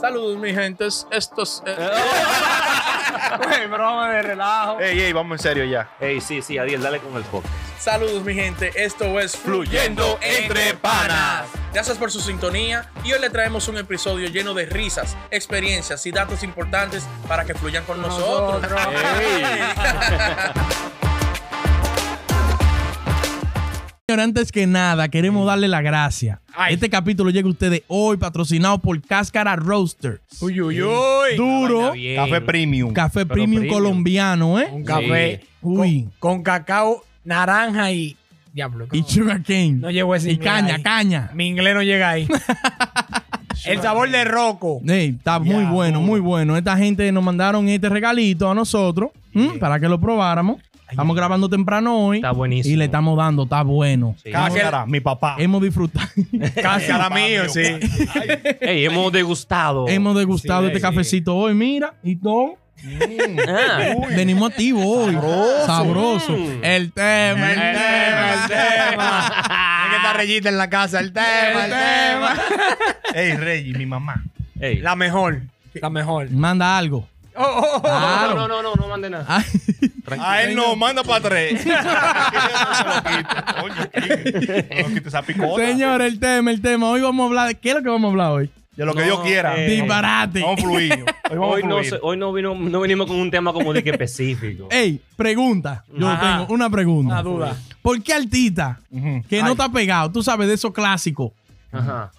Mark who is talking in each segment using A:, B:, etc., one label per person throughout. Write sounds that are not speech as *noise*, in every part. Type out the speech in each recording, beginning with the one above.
A: Saludos, mi gentes. Estos. eh,
B: ¿Eh? Güey, *laughs* broma de relajo.
C: Ey, ey, vamos en serio ya.
D: Ey, sí, sí, Adiel, dale con el podcast.
A: Saludos, mi gente. Esto es
C: Fluyendo Entre Panas.
A: Gracias por su sintonía y hoy le traemos un episodio lleno de risas, experiencias y datos importantes para que fluyan con nosotros. Ah.
B: Nosotros.
E: Señor, antes que nada, queremos darle la gracia.
B: Ay.
E: Este capítulo llega a ustedes hoy, patrocinado por Cáscara Roaster.
B: Uy, uy, uy.
E: Duro,
C: Café Premium.
E: café premium,
D: premium.
E: colombiano, ¿eh?
B: Un café
E: Uy.
B: Con, con cacao, naranja y. Diablo.
E: Y
B: ¿cómo?
E: sugar cane.
B: Oh. No llegó ese
E: Y
B: inglés
E: caña,
B: ahí.
E: caña.
B: Mi inglés no llega
E: *laughs*
B: ahí. El sabor de roco.
E: Ey, está muy
B: Ya,
E: bueno,
B: duro.
E: muy bueno. Esta gente nos mandaron este regalito a nosotros ¿m? para que lo probáramos. Estamos grabando temprano hoy.
D: Está buenísimo.
E: Y le estamos dando, está bueno.
D: Sí.
C: Cáscara, mi papá.
E: Hemos
B: *laughs*
E: disfrutado, *laughs*
B: Cáscara mío, sí.
D: Ey, hemos degustado.
E: hemos degustado
B: Sí,
E: este
B: sí.
E: cafecito hoy, mira, y todo.
D: Ah,
E: Venimos activos hoy. Sabroso.
D: Mm.
E: El tema.
B: El tema, el tema.
E: Ah.
B: Es que está rellita en la casa. El tema, el tema.
C: Ey, Reggie, mi mamá.
D: ey.
B: La mejor. La mejor.
E: Manda algo.
B: Oh, oh, oh.
E: Claro.
D: No, no, no, no, no mande nada.
E: Ah,
C: A él no, manda para tres. Que yo no se lo quite. Coño, tigre. No lo quite esa
B: oh.
C: picota.
E: *laughs* señor, el tema, el tema. Hoy vamos a hablar. ¿Qué es lo que vamos a hablar hoy?
C: De lo que
D: No,
C: Dios quiera.
D: eh.
E: Disparate.
C: Vamos a fluir. Hoy vamos
D: Hoy
C: a
D: no,
C: fluir.
D: se- hoy no, vino, no vinimos con un tema como de que específico.
E: Ey, pregunta. Yo
B: Ajá.
E: tengo una pregunta.
B: Una duda.
E: ¿Por qué Altita,
C: Ujú.
E: que no
B: Ay.
E: está pegado, tú sabes de esos clásicos,
D: Ajá.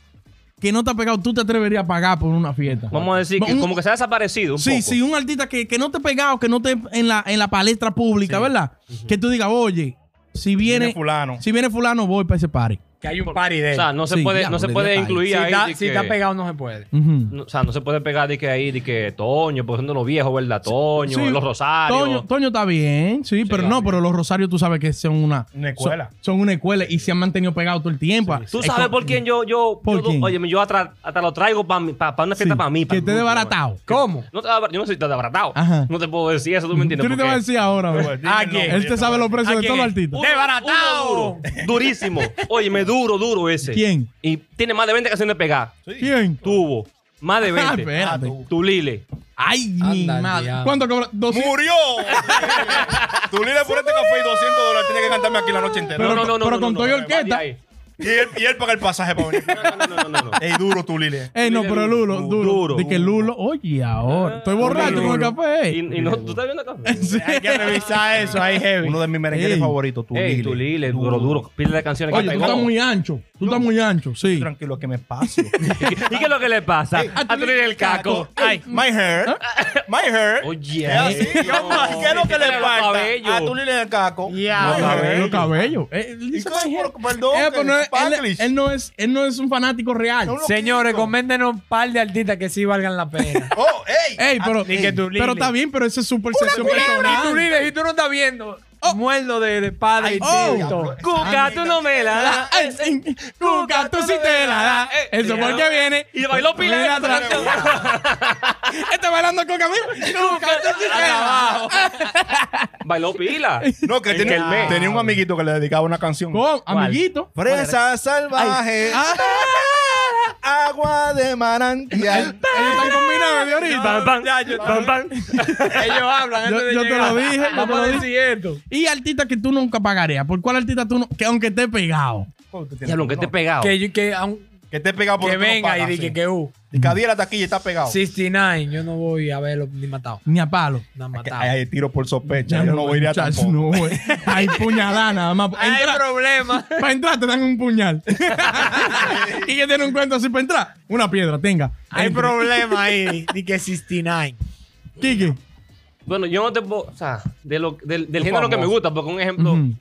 E: que no está pegado, tú te atreverías a pagar por una fiesta?
D: Vamos a decir que
E: Un-
D: como que se ha desaparecido un
E: sí,
D: poco.
E: sí, un artista que, que no te pegado, que no te en la, en la palestra pública, ¿verdad? Que tú digas, oye, si viene,
C: Viene fulano.
E: si viene fulano, voy para ese party.
B: Que hay un party de
D: O
B: él.
D: sea, no se
E: Sí,
D: puede,
E: diablo,
D: no se
E: de
D: puede
E: detalle.
D: incluir
B: si
D: ahí.
B: está,
D: de
B: si
D: que-
B: está pegado no se puede.
E: Ujú.
D: no, o sea, no se puede pegar de que ahí, de que Toño, por ejemplo, los viejos, ¿verdad? Toño,
E: Sí,
D: los Rosarios.
E: Toño, Toño está bien, sí, pero no, pero los Rosarios tú sabes que son una,
C: Una escuela.
E: Son, son una escuela y se han mantenido pegados todo el tiempo.
D: ¿Tú
E: Es
D: sabes
E: como-
D: por quién yo, yo,
E: ¿Por
D: yo do-
E: quién?
D: óyeme, yo atra- hasta lo traigo para una fiesta
E: Sí,
D: para mí. pa' mi
E: que
D: grupo,
E: esté desbaratado.
D: güey.
B: ¿Cómo?
D: No, te abra- yo no soy tan desbaratado.
E: Ajá.
D: No te puedo decir eso, tú me entiendes.
E: Tú no te
D: Porque
E: vas a decir ahora,
C: Pero,
E: güey.
C: dime
B: ¿a
C: el
B: quién?
C: nombre,
E: Él
C: yo
E: te sabe los precios de
B: ¿A
E: todos los
B: quién?
E: artistas.
D: uno-
B: ¡Desbaratado!
D: uno duro, durísimo. Óyeme, duro, duro ese.
E: ¿Quién?
D: Y tiene más de 20 canciones pegadas.
C: Sí.
E: ¿Quién?
D: Tuvo. Más de
E: Ah,
D: 20.
E: espérate.
D: Tulile.
E: Ay, mi
B: Anda,
E: madre.
B: diablo.
E: ¿Cuánto cobra? 200.
C: ¡Murió! *laughs* Tú le por este café y 200 dólares. Tiene que cantarme aquí la noche entera.
E: Pero- pero con todo y orquesta.
D: nadie ahí.
C: Y él, y él paga el pasaje para venir.
D: No, no, no, no, no.
C: Ey, duro tú, Lile.
E: Ey, Eh, no, pero Lulo,
D: Duro,
E: duro.
D: duro.
E: De que Lulo, oye, ahora. Estoy borracho
B: Lulo,
E: con el
B: Lulo.
E: café.
D: Y, y no, tú estás viendo acá.
E: *laughs* Sí.
B: Hay que revisar eso ahí, heavy.
C: Uno de mis merengueres
E: Ey.
C: favoritos, tú,
D: Ey, Tulile, duro, duro. Pila de canciones
E: Oye,
D: que
E: tú
D: pegó.
E: estás muy ancho. Tú estás muy ancho, sí.
C: Tranquilo, que me espacio.
D: *laughs* ¿Y qué es lo que le pasa?
E: Ey,
D: A Tulile
E: Ah,
D: el caco.
C: *laughs* Ay, my hair. My hair.
D: ¿Ah? Oye.
C: Es así. ¿Qué es lo que le
D: Los cabellos.
C: falta? A tú, Lile, el caco.
B: Ya.
C: My
E: Los cabellos,
C: hair.
E: los cabellos. Eh, él
C: Y
E: dice,
C: cómo,
E: "Ay,
C: Perdón,
E: eh, pero no
C: que
E: es- él,
C: Spanglish.
E: él no es, él no es un fanático real.
C: No, no.
B: Señores, coméntenos un par de artistas que sí valgan la pena.
C: Oh, ey.
E: Ey, pero,
B: Ni
E: *laughs*
B: que tú, Lili.
E: pero está bien, pero esa es su percepción
B: y tú,
E: personal.
B: Lili, y tú no estás viendo. Muerdo de, de padre y
E: Ay,
B: tío.
C: oh.
D: Cuca, tú no me la das.
B: Ah,
E: Ay, sí. Cuca, tú sí te la das. Eso
D: eh,
E: porque viene.
D: Y bailó pila de
E: Mira atrás.
D: canciones.
E: *laughs* Está bailando con Camilo. Cuca, tú sí te la das.
D: Bailó
E: *laughs*
D: pila.
C: No, que
D: En
C: tenía,
D: Kelme.
C: tenía un amiguito que le dedicaba una canción.
E: Con
D: ¿Cuál?
E: amiguito.
C: Fresa salvaje.
E: Ah.
C: *laughs* Agua de manantial.
E: Ellos están combinados de ahorita.
D: Pam, pam, pam, pam.
B: Ellos hablan. antes
E: Yo-
B: de
E: yo te
B: llegar.
E: lo dije, yo te
B: Vamos
E: lo
B: a
E: dije.
B: decir esto.
E: Y artista que tú nunca pagarías. ¿Por cuál artista tú no? Que aunque esté pegado.
D: Diablo, que te he pegado.
B: Que, yo- que, aun-
C: Oh, Que esté pegado por
B: que
C: otro
B: venga
C: paga,
B: y diga
C: sí.
B: que uh,
C: Y cada día la taquilla está pegado.
B: 69. Yo no voy a verlo ni matado.
E: Ni a palo.
B: Ni
C: Que
B: matado.
C: Hay tiro por sospecha. yo no voy a eh. ir a
E: muchachos,
C: tampoco.
E: No, güey. *laughs* Hay puñalada nada más. Para
B: Hay
E: entrar,
B: problema.
E: pa' entrar te dan un puñal. *laughs* y que tiene un cuento así para entrar. Una piedra, tenga.
B: Hay
E: Entre.
B: problema *laughs* ahí. Ni que 69.
E: Kiki.
D: Bueno, yo no te puedo. O sea, de lo, del, del género que me gusta, porque un ejemplo.
E: Ujú.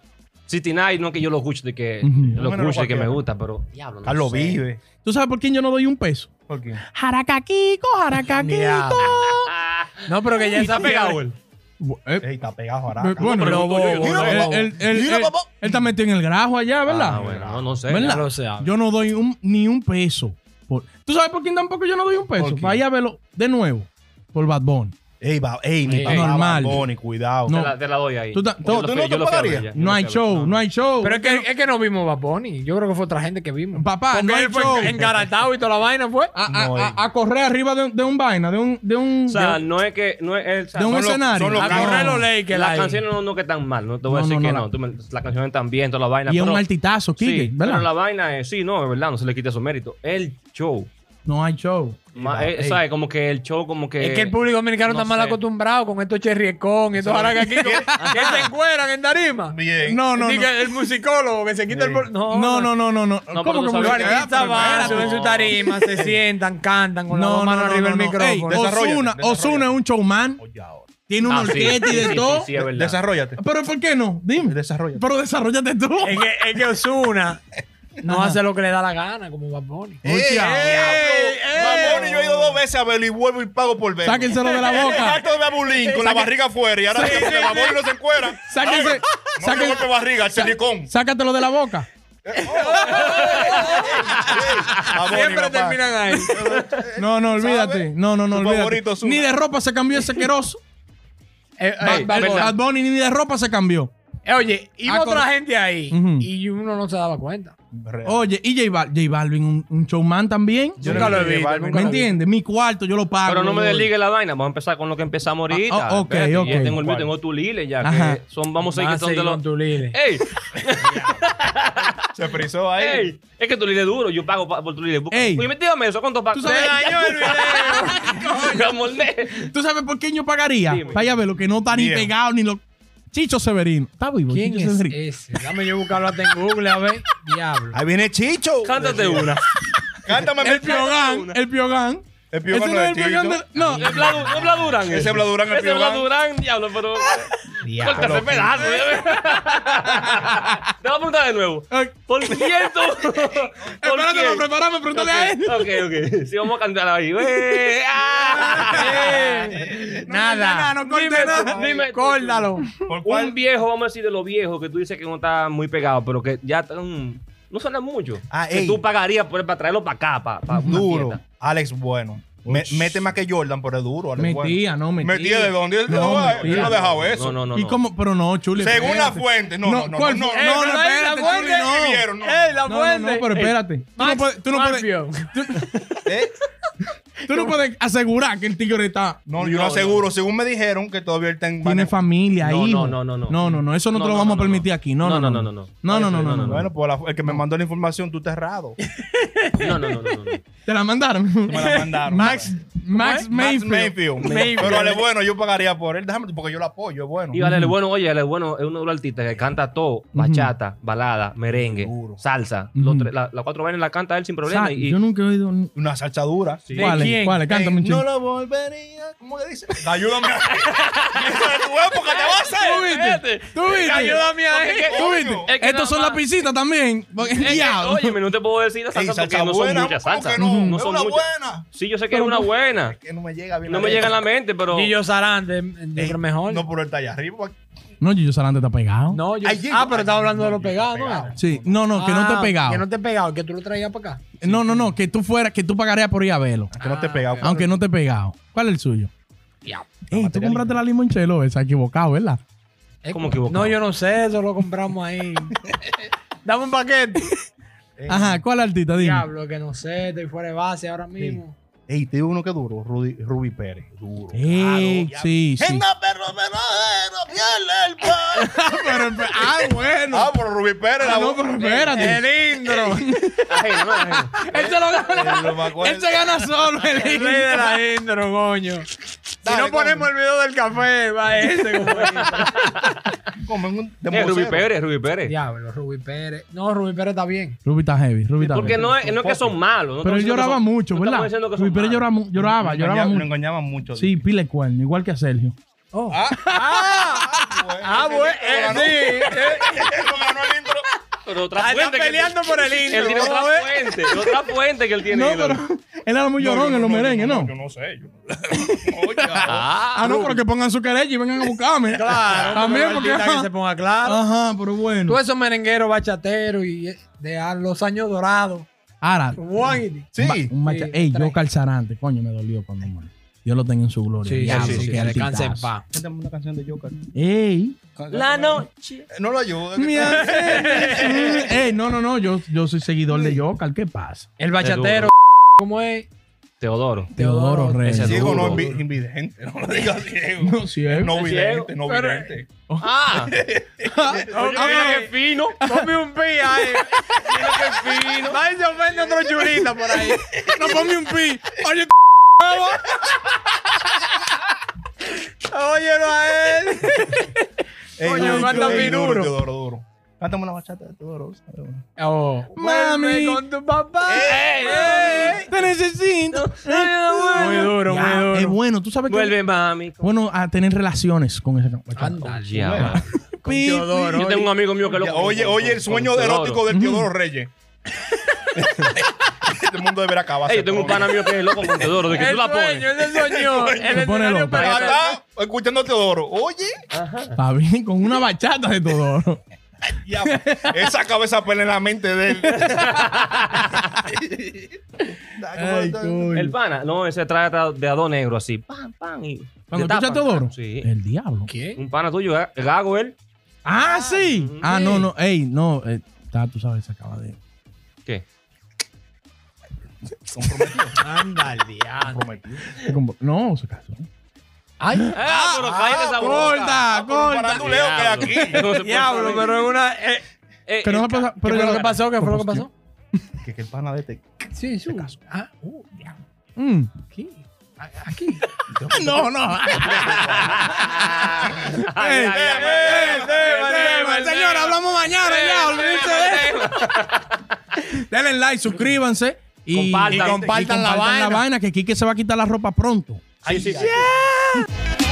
D: City Night, no que yo lo escucho de que
E: Ujú.
D: yo lo
C: Bueno, no
D: escucho de que me
C: cualquiera.
D: gusta, pero diablo, no
C: Carlos
D: sé.
C: vive.
E: ¿Tú sabes por quién yo no doy un peso?
C: ¿Por qué?
E: Jaracaquico, jaracaquico.
B: Diablo. No,
D: *laughs*
B: pero que ya está pegado. él.
E: Bu- eh,
C: Ey, está pegado ahora.
E: eh, bueno,
D: pero
E: él-
D: bobo,
E: él-
D: bobo.
E: él- él- él-
C: Mira,
E: él-
C: papá.
E: él está metido en el grajo allá, ¿verdad?
D: Ah, bueno, no, no sé. ah.
E: ¿Verdad?
B: Ya lo sé, a ver.
E: Yo no doy un- ni un peso. por- ¿Tú sabes por quién tampoco yo no doy un peso?
C: ¿Por qué?
E: Para ir a verlo de nuevo. Por Bad Bunny.
C: Ey, va, ey, mi
D: Ey,
C: papá,
E: eh, normal.
C: Bad Bunny, cuidado.
E: No.
D: Te, la, te la doy ahí.
E: Tú ta-
D: Yo
E: tú-
D: lo
C: ¿tú
D: fui-
C: no te
D: yo lo fui a ver
C: pagarías?
D: ya, yo
E: No
D: lo
E: hay
D: fui a ver.
E: show, no hay show.
B: Pero es que, es que no vimos Bad Bunny. Yo creo que fue otra gente que vimos.
E: Papá,
B: Porque
E: no hay
B: él fue
E: show. Ah,
B: engaratado y toda la vaina fue.
E: A, a-
C: No hay.
E: a- a correr arriba de, de un vaina, de un... De un
D: O sea,
E: de
D: no es que. No es, eh, o sea,
E: de un
D: son los-
E: escenario.
C: son los
E: Ah,
B: A correr
E: no.
B: los Lakers.
D: las
B: ahí.
D: canciones no, no que están mal, no te voy a
E: No,
D: decir
E: no,
D: que
E: no,
D: no.
E: la-
D: tú me- las canciones están bien, toda la vaina.
E: Y es
D: pero-
E: un altitazo, Kike,
D: sí,
E: ¿verdad?
D: Pero la vaina es, sí, no, es verdad, no se le quita su mérito. El show.
E: No hay show.
D: Ma- eh, ¿Sabes? Como que el show, como que.
B: es que el público dominicano
D: Eh, no
B: está mal
D: sé.
B: acostumbrado con estos cherriecón y estos ahora que aquí que
E: *laughs*
B: se encueran en tarima.
C: Bien.
E: No, no,
B: Así
E: no.
B: que el musicólogo que se quita el bol- No,
E: No, no, no, no, no.
D: pero
E: ¿Cómo
D: tú
E: que
D: sabes
B: Los
E: me-
D: que-
E: Ah,
B: artistas
E: pero
B: van,
E: espérate.
B: suben su tarima,
E: *laughs*
B: se sientan, cantan con la
E: No, no,
B: mano
E: no,
B: arriba
E: no,
B: del
E: no. Ey,
B: micrófono.
C: desarrolla,
E: Ozuna,
C: desarrolla.
E: Ozuna es un showman.
C: Oye, ahora.
E: Tiene una
D: Ah, sí,
E: orquesta y
D: sí,
E: de
D: sí,
E: todo.
D: Sí, sí, es verdad.
C: Desarrollate.
E: Pero ¿por qué no? Dime.
C: Desarrollate.
E: Pero desarrollate tú.
B: Es que, es que
E: *laughs*
B: Osuna no
E: Ajá.
B: hace lo que le da la gana, como Bad Bunny.
C: ¡Ey, ey! Bad Bunny, yo he ido dos veces a verlo y vuelvo y pago por verlo.
E: Sáquenselo de la
C: El
E: boca.
C: acto de Babulín con la barriga afuera y ahora sí, sí, Bad Bunny no se encuera.
E: Sáquense-
C: No
E: sáquen-
C: le golpe barriga, el silicón.
E: Sácatelo de la boca.
B: Siempre terminan
E: *laughs*
B: ahí.
E: No, no, olvídate.
C: ¿Sabe?
E: No, no, no,
C: Su favorito,
E: olvídate.
C: Ozuna.
E: Ni de ropa se cambió ese queroso.
B: Eh, eh,
E: Bad
B: Bad Bunny.
E: Bad Bunny ni de ropa se cambió.
B: Eh, Oye, iba
E: Ah,
B: otra
E: con-
B: gente ahí
E: Ujú.
B: y uno no se daba cuenta.
E: Oye, y J, Bal- J Balvin, un, un showman también.
B: nunca lo he visto.
C: Balvin,
B: nunca
E: ¿Me
B: lo he visto.
E: entiendes? Mi cuarto, yo lo pago.
D: Pero no me
E: yo voy.
D: desligue la vaina. Vamos a empezar con lo que empezamos
E: Ah,
D: ahorita.
E: oh, ok,
D: Espérate,
E: ok.
D: Ya tengo el mío, tengo tu lile ya.
E: Ajá. Ah,
D: Que son, vamos a seguir que
B: Más
D: son de los.
B: seguido
D: Eh,
B: Ah, con tu líder.
D: ¡Ey!
C: Se frizó ahí.
D: ¡Ey! Es que tu lile es duro. Yo pago pa- por tu lile.
E: Ey.
D: Oye, dígame eso. ¿Cuánto pagas?
E: Tú sabes-
D: el *laughs* video!
E: ¿Tú sabes por qué yo pagaría?
D: Dime.
E: Vaya a ver lo que no está ni
C: Bien.
E: pegado ni lo. Chicho Severino. Está vivo.
B: ¿Quién
E: Chicho
B: es
E: Severino.
B: ese? Dame yo buscarlo hasta en Google, a
E: *laughs*
B: ver. Diablo.
C: Ahí viene Chicho.
D: Cántate una.
C: Cántame
E: El
C: mi Chicho.
E: Piogán. El Piogán.
C: El Piogán
E: Ese
C: no es
E: el Piogán
C: Chicho.
E: de- No.
D: Es Bla- no es Bla Durán.
C: Ese es Bla Durán, el
D: Ese es Bla
C: Piogán.
D: Durán, diablo, pero. Córtase pedazo.
E: *laughs*
D: ya ves. Te voy a preguntar de nuevo.
E: Ay,
D: Por cierto.
E: Espérate, lo preparamos, pregúntale a él.
D: Ok, ok. Sí, vamos a cantar ahí. ¡Eh! ¡Ah! ¡Eh!
B: nada.
E: No, no, no, no, corte nada.
D: Dime,
B: Córdalo.
C: ¿Por
D: Un
C: cuál?
D: viejo, vamos a decir de los viejos, que tú dices que no está muy pegado, pero que ya están- no suena mucho.
C: Ah,
D: que
C: ey.
D: tú pagarías por, para traerlo para acá, para, una
C: Duro.
D: fiesta.
C: Alex Bueno. Me- Mete más que Jordan, pero es duro. Alex Bueno.
E: Metía, no, metía.
C: Metía de dónde él
E: No,
C: no,
E: metía.
C: no dejaba eso.
D: No, no, no.
E: ¿Y
D: no.
E: cómo? Pero no, chule.
C: Según la
E: espérate.
C: fuente. No, no, no.
E: ¿cuál
C: no,
E: fue?
C: no,
E: No, no,
B: ¿cuál es la
E: espérate,
B: fuente?
E: chule, no.
C: vieron, no.
B: ¡Ey, la
E: No, no,
B: fuerte!
E: no, pero espérate. Tú no
B: Max
E: puedes, tú no puedes,
B: Malfield.
C: ¿Eh?
E: tú no puedes asegurar que el tigre está.
C: No, yo no aseguro. Según me dijeron que todavía él está en
E: Tiene familia,
D: No, no,
E: hijo.
D: no, no, no.
E: No, no, no, Eso no,
D: No,
E: te lo
D: no,
E: vamos
D: no,
E: a permitir
D: no.
E: aquí. No, no, no.
D: no, no,
E: No, no, no, no,
D: No,
E: no.
D: no,
C: Bueno, pues la- el que me mandó la información, tú estás errado.
D: No, no, no, no, no, no.
E: ¿Te la mandaron?
C: Me la mandaron.
E: Max, Max
C: Max
E: Mayfield.
C: Mayfield. Pero Ale bueno, yo pagaría por él. Déjame, porque yo lo apoyo, es bueno.
D: Y vale, el bueno, oye, el bueno es uno de los artistas que canta todo, bachata, balada, merengue,
C: Duro.
D: salsa. Los
E: Ujú.
D: tres- la- Las cuatro vainas la canta él sin
E: O sea,
D: problema. y,
E: yo nunca he oído. un-
C: Una salsa dura.
B: ¿De
E: ¿Cuál? es?
B: quién?
E: ¿Cuál? es? Cántame un
C: Ey, No
E: chingo.
C: lo volvería. ¿Cómo que dice? Ayúdame. *laughs* Eso de tu época te va a
E: ¿Tú
C: hacer.
E: viste? ¿Tú viste?
B: Ayúdame ahí.
D: Porque es que-
E: ¿Tú viste?
C: Coño.
D: Es que
E: Estos son
D: nada
E: las
D: más-
E: pisitas también.
D: Es que,
E: Diablo.
D: óyeme, no te puedo decir las
C: Ey,
D: salsas porque
C: salsa
D: no
C: buena,
D: son muchas
C: ¿cómo que
D: salsas.
C: no?
D: No
C: Es
D: son
C: una
D: muchas.
C: buena.
D: Sí, yo sé que es una buena.
C: Que no me llega bien.
D: No
C: la
D: me llega en
C: letra.
D: la mente, pero. Eh,
B: Guillo Sarante, eh, yo
C: Ey,
B: creo mejor.
C: No, pero él está allá arriba.
E: No, Gillo Salante está pegado.
B: No, yo.
C: Ay,
B: ah,
C: Guillo,
B: pero
C: ay,
B: estaba hablando de lo
C: Guillo,
B: pegado,
C: pegado.
B: ¿no?
E: Sí, no, no, que no te he
B: Ah,
E: pegado.
B: Que no te he pegado, que tú lo traías para acá.
E: No, no, no, que tú fueras, que tú pagarías por ir a verlo.
C: Que no te he pegado.
E: Aunque no te he pegado. ¿Cuál es el suyo? Ey, tú compraste la limonchelo esa, equivocado, ¿verdad?
B: Eh,
D: ¿Cómo equivocado?
B: No, yo no sé, eso lo compramos ahí. *laughs* Dame un paquete. Eh.
E: Ajá, ¿cuál artista? Dime.
B: Diablo, que no sé, estoy fuera de base ahora mismo.
C: Ey, te digo uno que duro. Rudy, Ruby Pérez. Duro.
E: Ey, sí, sí.
C: Venga, perro, verdadero, piel el pan.
E: Ah, bueno.
C: *laughs* Ah, pero Ruby Pérez. la
E: No,
C: voz.
B: eh,
E: pero espérate.
B: El intro.
D: Ajena, no, ajena.
E: Él se lo
C: Eh,
E: gana.
C: no me acuerdo.
E: Él se gana solo, el
B: El rey de la intro, coño. Si
C: Dale,
B: no ponemos el video del café, va ese, *laughs* como
C: Como en un
D: Eh, Ruby
C: temporcero.
D: Pérez, Ruby Pérez.
B: Diablo, Rubí Pérez. No, Rubí Pérez está bien.
E: Ruby está heavy, Ruby está
D: Porque
E: heavy.
D: no es, no es que son malos. no
E: Pero
D: estamos
E: él
D: diciendo que
E: lloraba
D: son-
E: mucho,
D: no estamos
E: ¿verdad?
D: diciendo que son
E: Ruby Pérez
D: malos.
E: lloraba, mu- lloraba,
C: Lo
E: lloraba
C: engañaban- Lo
E: mucho.
C: engañaban mucho.
E: Sí, pile cuerno, igual que a Sergio.
B: Oh.
C: Ah,
B: Ah, bueno, *laughs* eh, sí. eh,
D: Pero otra
B: ah,
D: fuente
B: Están
D: que él-
B: peleando por el
D: Él
B: intro.
D: tiene otra
B: vamos a ver.
D: fuente. Otra fuente que él tiene.
E: *laughs* No,
D: ídolo.
E: pero él era muy *laughs* llorón en los merengues, ¿no?
C: Yo no sé. yo- Oye, ahora.
E: *laughs* Ah, no, pero que pongan su querella y vengan a
B: *laughs*
E: buscarme.
B: Claro,
E: También
B: pero
E: porque.
B: artista que
E: Ajá,
B: se ponga claro.
E: Ajá, pero bueno.
B: Todos esos merengueros bachateros y eh, de a- los años dorados.
E: Ahora,
B: Juan y-
E: un ba-
C: Sí.
E: un macha-
B: Sí,
E: Ey,
B: trae.
E: yo calzarante, coño, me dolió cuando morí. Dios lo tenga en su gloria.
B: Sí,
E: Diablo,
B: sí, sí,
E: qué
B: que descanse en
E: artistazo.
B: paz.
F: una canción de Joker.
E: Ey.
D: La noche.
C: No lo ayuda.
E: Mi *laughs* amor. Ey, no, no, no. Yo, yo soy seguidor de Joker. ¿Qué pasa?
B: El bachatero, ¿cómo es?
D: Teodoro.
E: Teodoro Reyes.
D: Ese
C: Ciego no
D: duro.
C: invi- invidente.
E: *laughs*
C: No lo digas ciego.
E: No,
B: ¿eh?
E: ciego.
C: No
D: ciego.
C: vidente, no vidente.
D: Ah. Oye, mira qué fino.
B: Ponme un pi ahí.
D: Mira qué fino.
B: Va y se ofende otro churita por ahí.
E: No ponme un pi. Oye,
B: Óyelo a él.
C: Ey,
B: Coño,
C: duro,
B: manda
C: ey, duro,
B: Pinuro.
C: Teodoro, duro.
F: Cántame una bachata de Teodoro. ¿sabes?
B: Oh.
E: Mami. eh,
B: Vuelve con tu papá. Eh,
E: te necesito.
B: Muy duro,
E: Ya,
B: muy
E: Es
B: duro.
E: bueno. Tú sabes que.
D: Vuelve, mami.
E: Bueno, a tener relaciones con esa canción.
B: Anda,
D: Ya,
B: bueno.
D: va.
B: Con Ah, Teodoro.
D: Yo tengo un amigo mío que lo.
C: Ya, oye, oye, el sueño erótico de Teodoro Reyes. *laughs* este mundo deberá acabarse.
D: Ey, yo tengo un pana mío que es loco con Teodoro. De que tú
B: El
D: la
B: sueño,
D: pones.
B: ese soñó. El
E: Se pone
B: escenario
E: loco.
C: Ah,
B: perfecto.
C: está escuchando a Teodoro. Oye,
E: Está bien, con una bachata de Teodoro.
C: ya, esa cabeza pelea en la mente
D: *laughs*
C: de él.
E: Ay, coño.
D: El pana, no, ese trae tra- de ado negro así. Pam, pam. Y
E: Cuando
D: te tapan.
E: escucha Teodoro.
D: Sí.
E: El diablo.
D: Un pana tuyo, Ga- Gago, él.
E: Ah, sí. Ah, no, no. Ey, no. eh, Está, tú sabes, se acaba de.
D: ¿Qué?
F: Anda al diablo.
E: se comp- No, se casó.
D: ¡Ay! ¡Ah, pero cállate esa boca!
E: Corta, corta.
C: Paranduleo que hay aquí.
D: No se puede
B: Diablo,
D: saber.
B: pero en una. eh,
D: Eh,
E: Pero
D: eh,
E: no ha pasado. Pero
B: ¿Qué fue lo
E: ya-
B: que pasó? ¿Qué fue lo que pasó?
F: Que, que el pana de este.
B: Sí, sí. Ah,
E: Mm. *laughs*
B: aquí.
E: No, no.
D: ay, ay, ay, ay, ay.
B: tema, el
E: Señor,
B: tema.
E: hablamos mañana ya. Olvídense de eso. Denle like, suscríbanse. Y
D: Compartan.
E: y compartan,
F: Y compartan
E: la,
F: la
E: vaina. que Kike se va a quitar la ropa pronto.
D: Sí, sí, sí.